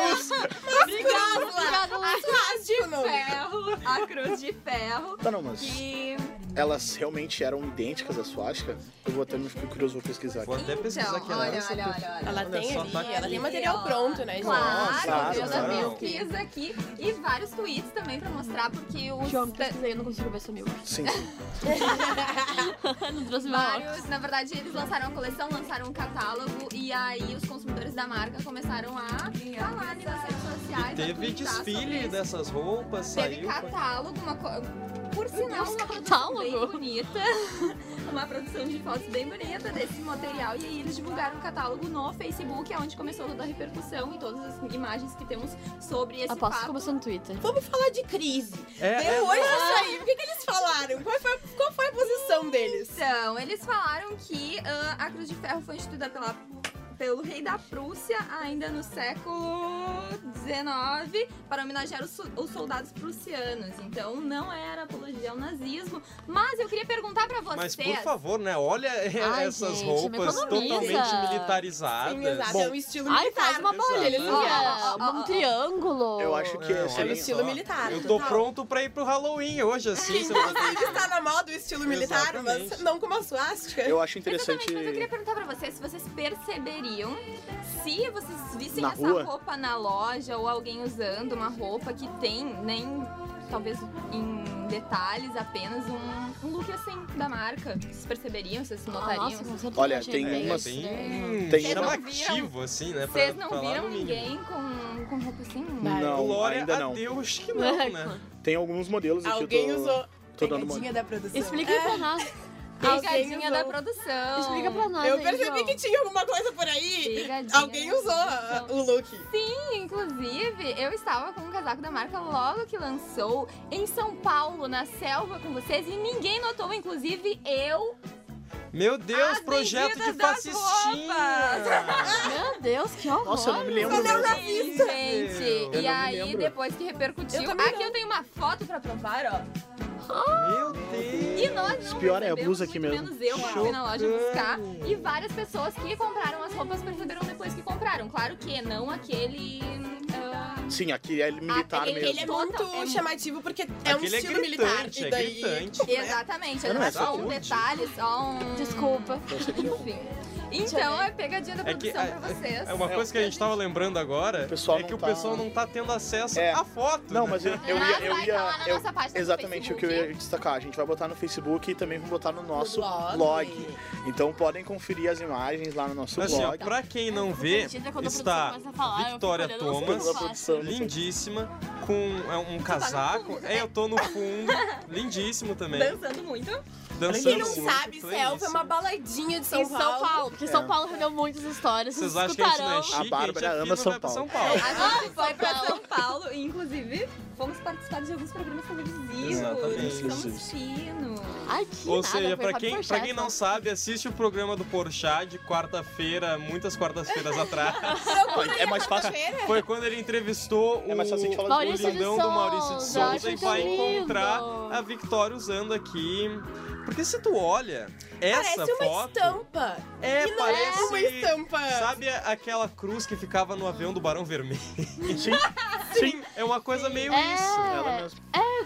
E: Obrigada, obrigada, Luiz.
C: ferro, a cruz de ferro.
B: Tá, não, mas
C: Que
B: elas realmente eram idênticas à suástica? Eu vou até me ficar curioso, vou pesquisar
A: Vou
B: aqui.
A: até pesquisar aqui.
C: então,
A: ela
C: olha,
A: lança
C: olha, olha, olha.
D: Ela
A: Olha
D: tem
A: só,
D: ali,
A: tá aqui.
D: ela tem material pronto,
A: É
D: né, gente?
C: Claro,
B: Nossa,
C: eu já
A: não.
C: pesquisa aqui e vários tweets também pra mostrar, porque os
E: João,
C: da-
E: pesquisei, eu não consigo ver seu milk.
B: Sim, sim.
E: Não trouxe meu óculos.
C: vários, na verdade, eles lançaram a coleção, lançaram um catálogo e aí os consumidores da marca começaram a falar ali nas redes sociais. a
A: Teve
C: tweetar sobre
A: desfile
C: isso.
A: dessas roupas,
C: Teve
A: saiu. foi-
C: catálogo, uma co- por sinal,
E: Deus,
C: uma produção
E: catálogo?
C: bem bonita. Uma produção de fotos bem bonita desse material. E aí eles divulgaram o catálogo no Facebook, é onde começou toda a repercussão e todas as imagens que temos sobre esse
E: Aposto que
C: fato.
E: começou no Twitter.
D: Vamos falar de crise.
A: É, é,
D: Depois disso aí, o que, que eles falaram? Qual foi, qual foi a posição deles?
C: Então, eles falaram que ah, a Cruz de Ferro foi instituída pela- pelo rei da Prússia ainda no século XIX para homenagear os, so- os soldados prussianos. Então, não era apologia ao nazismo. Mas eu queria perguntar pra
A: Mas
C: vocês...
A: por favor, né? Olha
E: Ai,
A: essas
E: gente, me
A: roupas
E: economiza.
A: totalmente militarizadas.
D: Sim, exato.
B: Bom.
D: é um estilo
E: Ai,
D: militar.
E: faz uma
A: Ah, Exato.
G: Ah,
E: bolinha,
C: Ó, ó,
D: Ah,
C: ó,
E: um
C: ó.
E: triângulo.
B: Eu acho que
A: Não,
B: esse
A: olha
D: É um
B: aí-
D: estilo
A: só.
D: militar.
A: Eu tô
D: total.
A: pronto pra ir pro Halloween hoje, assim. se eu vou ter-
D: Inclusive está na moda o estilo militar, mas
A: Exatamente.
D: não com uma suástica.
B: Eu acho
C: Exatamente,
B: interessante.
C: mas eu queria perguntar pra vocês se vocês perceberiam se vocês vissem
B: Na
C: essa
B: rua?
C: roupa na loja ou alguém usando uma roupa que tem, nem talvez em detalhes, apenas um, um look assim da marca. Vocês perceberiam, vocês
G: Ah,
C: notariam?
G: nossa, com certeza.
B: Olha,
G: eu achei
B: tem
G: bem
A: É
B: umas-
G: estranho.
A: bem
B: Tem-
A: chamativo, assim, né?
C: Vocês
A: pra-
C: não
A: pra lá
C: viram
A: no mínimo.
C: ninguém com, com roupa assim?
D: Vai.
B: Não,
A: Glória
B: ainda
A: a
B: não.
A: Deus que não, né?
B: Tem alguns modelos aqui.
D: Alguém
B: eu tô,
D: usou
B: tô dando uma
D: pegadinha da produção. É,
G: Explica pra nós.
C: Pegadinha
D: Alguém
C: da
D: usou.
C: produção.
G: Explica pra nós.
D: Eu
G: aí,
D: percebi
G: João.
D: que tinha alguma coisa por aí.
C: Pegadinha
D: Alguém
C: da
D: usou ah,
C: produção.
D: o look.
C: Inclusive, eu estava com um casaco da marca logo que lançou em São Paulo, na selva com vocês, e ninguém notou, inclusive eu.
A: Meu Deus,
C: As
A: projeto de
C: vendidas das
A: fascistinha!
G: Meu Deus, que horror.
B: Nossa, eu não me lembro mesmo.
C: Sim,
A: Eu
C: gente.
A: não
C: E
A: me
C: aí,
A: lembro.
C: depois que repercutiu,
D: Eu também
C: aqui eu tenho uma foto pra provar, ó.
A: Meu Deus!
C: E nós não
B: Esse pior é a
C: percebemos,
B: blusa aqui
C: muito
B: mesmo.
C: menos eu quando fui na loja buscar.
A: Chocante.
C: E várias pessoas que compraram as roupas perceberam depois que compraram. Claro que não aquele. ah,
B: Sim, aqui é militar
C: Aquele-
B: mesmo.
D: Ele é
C: Total,
D: muito
C: é muito-
D: chamativo porque é um
A: Aquele é
D: estilo militar.
A: gritante,
D: E
A: é
D: daí.
A: gritante.
C: Exatamente,
B: Ah, não,
C: era
B: é
C: só um
B: saúde.
C: detalhe, só um.
G: Desculpa.
C: Enfim. Então é pegadinha da
A: É que
C: produção
A: a-
C: pra vocês.
A: É uma coisa que a gente tava lembrando agora
B: O pessoal
A: é que
B: não
A: o
B: tá-
A: pessoal não tá tendo acesso
B: É.
A: à foto.
B: Não,
A: né?
B: mas eu, eu
C: Mas
B: ia. Eu
C: vai
B: ia
C: tá lá na
B: eu-
C: nossa página do
B: exatamente o que eu ia
C: Facebook.
B: destacar. A gente vai botar no Facebook e também vamos botar no nosso
D: blog.
B: blog. Então podem conferir as imagens lá no nosso
A: Assim, ó,
B: blog.
A: pra quem não vê,
G: Entra é quando a
A: está
G: produção começa a falar, eu fico
A: Victoria
G: olhando, não sei o que eu
A: Thomas,
G: faço.
B: produção.
A: lindíssima, com é,
D: tá
A: um casaco.
D: né?
A: É, eu tô no fundo, lindíssimo também.
C: Dançando muito.
A: Dançando
D: Quem não
A: muito, né?
D: sabe, selva é uma
A: pleníssima.
D: baladinha de
G: Em
D: São
G: São Paulo.
D: Paulo.
G: porque
B: É.
G: São Paulo rendeu muitas histórias.
A: Vocês
G: Vocês
A: acham que a gente não é
G: escutarão.
A: chique?
B: Bárbara
A: a gente é
B: ama
A: fino,
B: São
A: vai pra
B: Paulo.
A: São Paulo.
C: A gente foi pra
G: Paulo.
C: São Paulo e, inclusive, fomos participar de alguns programas
A: Exatamente.
C: televisivos. Somos chinos.
G: Ai, que
A: Ou
G: nada,
A: seja,
G: foi
A: pra
G: Fábio
A: quem, pra
G: Porchat,
A: quem não
G: só.
A: sabe, assiste o programa do Porchat de quarta-feira, muitas quartas-feiras atrás.
B: É mais fácil.
A: Foi quando ele entrevistou
B: É mais fácil a gente
A: o,
B: falar
A: o
G: Maurício de
A: lindão do Maurício de
G: Souza,
A: Souza e
D: tá
G: acho
A: vai
G: lindo.
A: encontrar a Victoria usando aqui. Porque se tu olha essa
D: Parece uma
A: foto,
D: estampa.
A: é,
D: E não
A: parece
D: é uma estampa.
A: Sabe aquela cruz que ficava no avião do Barão Vermelho?
B: Sim, sim.
A: É uma coisa meio
G: É.
A: isso.
B: Ela mesmo.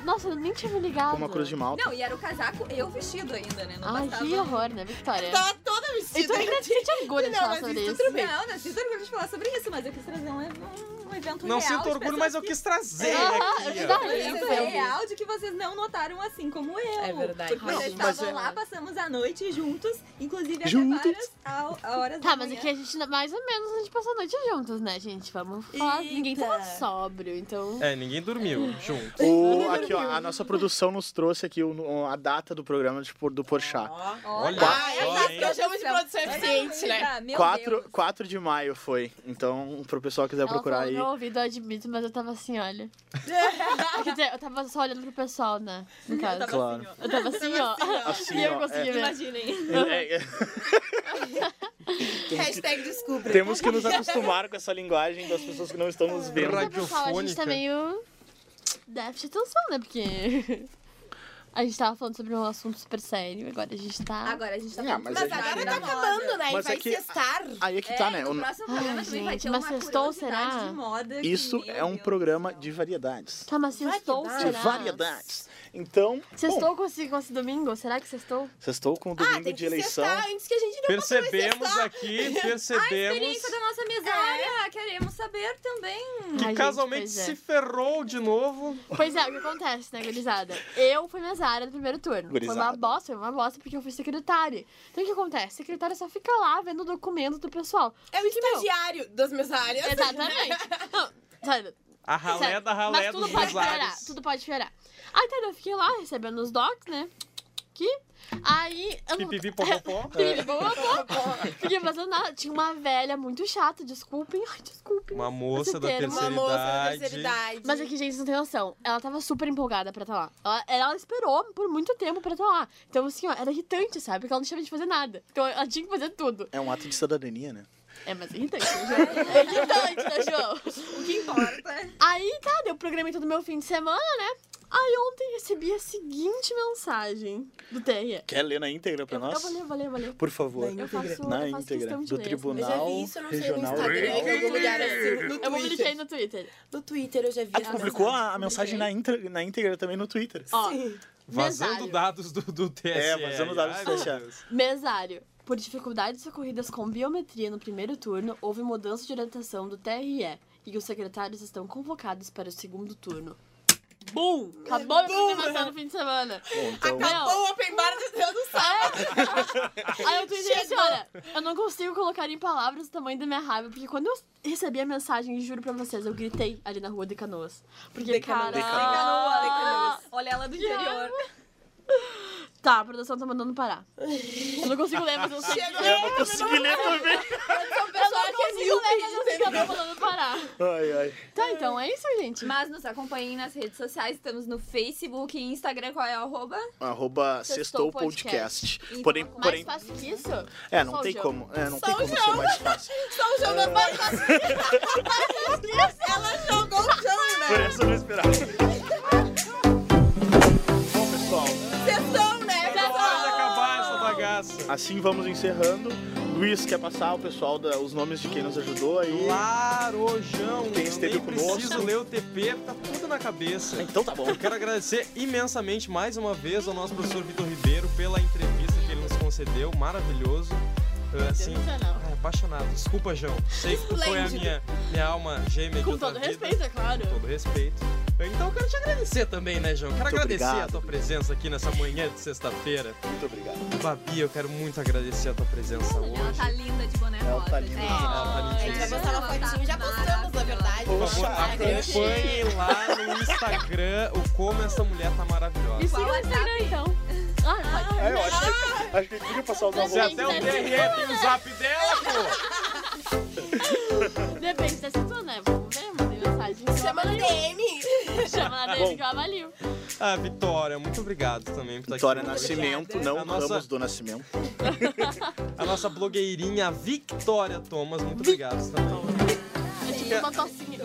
G: Nossa, eu nem tinha me ligado.
B: Com uma cruz de malta.
C: Não, e era o casaco e o vestido ainda, né? Não
G: Ai,
C: bastava.
G: que horror, né, Victoria?
D: Tava toda
G: E tu
D: vestida.
G: ainda sente orgulho de
D: Tá. Não,
G: falar
D: mas
G: sobre
D: isso
G: isso.
D: tudo bem.
C: Não, não sinto orgulho de falar sobre isso, mas eu quis trazer um, um, um evento
A: Não
C: real.
A: sinto
C: de
A: orgulho,
C: pessoas
A: mas eu
C: que-
A: quis trazer
G: Aham,
A: aqui.
G: eu
A: ó.
G: já-
C: Um evento
B: é
G: Isso.
C: real de que vocês não notaram assim como eu.
D: É verdade.
C: Porque
G: Não,
B: mas
C: nós estávamos
B: é-
C: lá, passamos a noite juntos, inclusive até
B: Juntos.
C: várias ao- a horas da
G: Tá, mas
C: manhã.
G: aqui a gente, ainda- mais ou menos, a gente passou a noite juntos, né, gente? Vamos falar. Ninguém
D: Eita.
G: tava sóbrio, então.
A: É, ninguém dormiu junto.
B: O, aqui, ó, a nossa produção nos trouxe aqui o- a data do programa de, do Porchat.
D: Ó.
A: Olha
D: Ah,
A: só,
D: é isso
A: hein?
D: que eu chamo de produção
C: Olha
D: eficiente, né?
C: coisa, ah, meu
B: 4,
C: Deus.
B: 4 de maio foi. Então, pro pessoal que quiser
G: Ela
B: procurar
G: falou
B: aí.
G: no meu ouvido, eu admito, mas eu tava assim, olha. Quer dizer, eu tava só olhando pro pessoal, né? No caso.
C: tava
B: Claro.
C: assim,
G: Eu tava assim, ó.
B: Assim,
G: Nem eu
B: ó,
G: consegui
B: é.
G: ver.
C: Imaginem.
B: É, é,
D: Hashtag descubra.
B: temos que nos acostumar com essa linguagem das pessoas que não estão nos vendo.
G: Mas, pessoal, a gente tá
A: Radiofônica.
G: meio. déficit de atenção, né? Porque. A gente tava falando sobre um assunto super sério, agora a gente tá.
C: Agora a gente tá
B: Não,
C: falando
B: mas
D: Mas
C: da
D: agora
C: moda.
D: tá acabando, né? E
B: Mas
D: vai
B: é que-
D: cestar.
B: Aí é que
C: É,
B: tá, né?
C: No
B: O-
C: próximo programa
G: Ai,
C: também vai ter
G: gente, mas
C: uma
G: sextou,
C: curiosidade
G: será?
C: de moda. que,
B: Isso
C: meu
B: é um
C: Deus
B: programa
C: do
B: de variedades.
G: Tá, mas sextou,
D: Variedades.
B: De
G: será?
B: variedades. Então, bom,
G: Sextou com esse, com esse domingo? Será que sextou?
B: vocês estão com o
D: Ah,
B: domingo
D: tem
B: de
D: que
B: eleição.
D: cestar antes que a gente não
A: Percebemos aqui,
C: céu. A
A: percebemos
C: experiência da nossa mesária, queremos saber também.
G: Ai,
A: que
G: gente,
A: casualmente
G: pois é.
A: se ferrou de novo.
G: Pois é, o que acontece, né, gurizada? Eu fui mesária no primeiro turno. Foi uma
B: Gurizada.
G: bosta, foi uma bosta porque eu fui secretária. Então o que acontece? Secretária só fica lá vendo o documento do pessoal.
D: É o estagiário das mesárias.
G: Tipo, Exatamente. Não, sério,
A: A ralé
G: Sério,
A: da ralé
G: é, Mas tudo
A: dos
G: pode piorar,
A: usuários.
G: tudo pode piorar. Aí tá, eu fiquei lá recebendo os docs, né? Que. Aí. Eu não...
A: Pipipi, popopó.
G: Pipipi, pó, pó, pó. Fiquei fazendo nada. Tinha uma velha muito chata, desculpem. Ai, desculpem.
A: Uma moça da
G: Uma
A: terceira
D: Uma
A: idade.
D: moça da terceira idade.
G: Mas aqui, gente, vocês não tem noção. Ela tava super empolgada pra estar lá. Ela, ela esperou por muito tempo pra estar lá. Então, assim, ó, era irritante, sabe? Porque ela não tinha de fazer nada. Então, ela tinha que fazer tudo.
B: É um ato de cidadania, né?
G: É, mas é irritante, né, João? É irritante, né, João?
C: O que importa.
G: Aí tá, deu programei todo meu fim de semana, né? Aí ontem recebi a seguinte mensagem do TRE.
B: Quer ler na íntegra pra
G: Eu, eu
B: nós?
G: vou ler, vou ler, vou ler.
B: Por favor.
D: Na
G: Eu faço,
B: Na
G: eu faço
B: íntegra.
G: questão de
B: Do
G: ler.
D: Eu
B: tribunal.
D: já vi isso, eu não sei, no
B: regional,
D: Instagram, em algum lugar assim, no
G: Eu publiquei
D: Twitter.
G: no Twitter.
D: No Twitter eu já vi.
B: Ah, tu
D: essa
B: publicou
D: mensagem.
B: a, a mensagem né? na íntegra, na íntegra também no Twitter.
G: Ó,
D: Sim.
A: Vazando
G: Mesário.
A: dados do, do TSE.
B: É, vazando dados do
A: Ai, meu
B: TSE.
A: Deus.
G: mesário. Por dificuldades ocorridas com biometria no primeiro turno, houve mudança de orientação do TRE e os secretários estão convocados para o segundo turno. Bum! Acabou a programação no fim de semana. Ah!
B: Bom, então,
D: Acabou o open bar de Deus do céu.
G: Aí eu tuitei assim, olha, eu não consigo colocar em palavras o tamanho da minha raiva, porque quando eu recebi a mensagem, juro pra vocês, eu gritei ali na rua de Canoas. Porque,
D: De
G: cara...
D: Canoas.
B: De Canoas.
C: Canoa, Canoas. Olha ela do interior.
G: Tá, a produção tá mandando parar. Eu não consigo ler, mas eu sei.
D: Chega,
G: Eu
B: eu não consegui ler também.
G: não consigo ler, mas eu sei que tá mandando parar.
B: Ai, ai.
G: Tá, então, é isso, gente.
C: Mas nos acompanhem nas redes sociais, estamos no Facebook e Instagram, qual é o arroba?
B: Arroba
G: Sextou
B: Sextou
G: Podcast.
B: Podcast.
C: Então,
B: Porém,
C: mais
B: porém...
G: Mais fácil que isso?
B: É, não
G: Só o
B: tem
G: jogo.
B: como. É, não
D: Só
B: tem
D: o
B: como ser
D: jogo.
B: mais fácil.
D: Estão jogando mais fácil. Ela jogou o chão,
B: Por
D: né?
B: essa eu não esperava. Bom, pessoal,
D: Sessão, né?
A: Pode
D: Sessão.
A: acabar essa bagaça.
B: assim vamos encerrando. Luiz, quer passar o pessoal, da- os nomes de quem nos ajudou aí?
A: Larojão,
B: Quem esteve
A: eu nem
B: conosco.
A: preciso ler o TP, tá tudo na cabeça.
B: Então tá bom.
A: Eu Quero agradecer imensamente mais uma vez ao nosso professor Vitor Ribeiro pela entrevista que ele nos concedeu, maravilhoso. Ah, Assim,
G: Sensacional.
A: ah, apaixonado. Desculpa, João. Sei que tu foi a
D: Esplêndido.
A: minha, minha alma gêmea de
G: Com
A: outra
G: todo
A: vida.
G: respeito, é claro.
A: Com todo respeito. Então eu quero te agradecer também, né, João? Quero
B: Muito
A: agradecer a
B: obrigado.
A: tua presença aqui nessa manhã de sexta-feira.
B: Muito obrigado.
A: Babi, eu quero muito agradecer a tua presença hoje.
C: Ela tá linda de boné
B: Ela
C: rosa.
B: tá linda.
A: Ela tá
G: Ai,
D: A gente vai
A: lindíssima.
D: postar uma fotinho, já postamos, na verdade.
A: Por favor, acompanhem lá no Instagram o como essa mulher tá
G: E
A: maravilhosa.
G: siga o Instagram, então. Ah, pode.
B: É, eu acho que, acho que podia passar os
A: Você
B: arrobas.
A: até o DRE tem o zap dela, pô!
G: Depende da situação, né? Vamos ver, mandei mensagem. que eu
D: Chama no
G: avalio.
D: DM.
G: Chama na DM que eu avalio.
A: Ah, Vitória, muito obrigado também por estar
B: Vitória
A: aqui.
B: Nascimento,
D: Obrigada.
B: não
A: A nossa-
B: Ramos do Nascimento.
A: A nossa blogueirinha Victoria Thomas, muito obrigado também.
G: É tipo uma tocinha.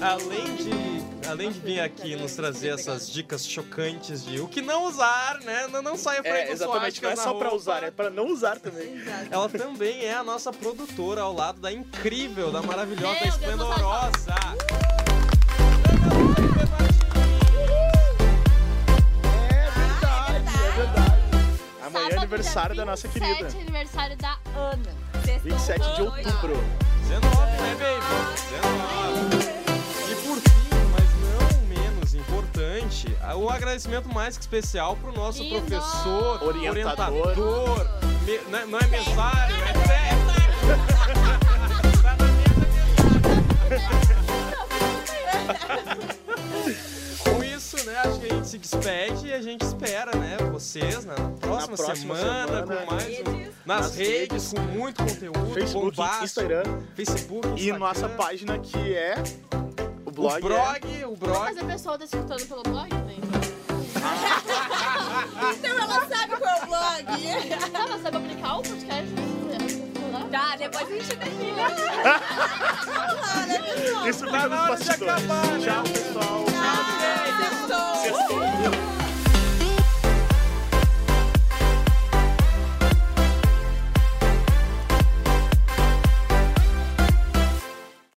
A: Além de, além de vir aqui nos trazer essas dicas chocantes de o que não usar, né? Não, não saia por aí
B: É,
A: com
B: exatamente, não é
A: suásticas
B: só
A: na
B: pra
A: roupa.
B: usar, é pra não usar também.
C: Exato.
A: Ela também é a nossa produtora ao lado da incrível, da maravilhosa, da
G: Meu Deus,
A: esplendorosa.
B: É verdade, é verdade. Amanhã é
G: Sábado,
B: aniversário
G: dia
B: da nossa
G: 27,
B: querida.
G: aniversário da Ana.
C: Sextou,
B: 27 de
C: noite.
B: outubro.
A: 19, né, baby? 19. E por fim, mas não menos importante, o agradecimento mais que especial pro nosso
G: E
A: professor,
B: Orientador.
A: orientador, me- não, é, não é mensário, é sério. Tá na mesa. Com isso, né, acho que a gente se despede e a gente espera, né, vocês na próxima,
B: próxima
A: semana,
B: semana.
A: com mais um- nas,
B: Nas
A: redes, com muito conteúdo,
B: Facebook,
A: bombástico.
B: Instagram
A: Facebook,
B: e
A: Instagram,
B: nossa é. página que é o blog.
A: o blog, o
G: Mas
A: blog.
G: a pessoa tá escutando pelo blog, né?
D: Então ela sabe qual é o blog.
G: Então, tá, mas vai publicar o podcast?
C: Tá, depois a gente define.
B: é-
A: Tá
B: Isso
A: na
B: fica nos
A: hora de
B: bastidores.
A: acabar, né?
B: Tchau, pessoal.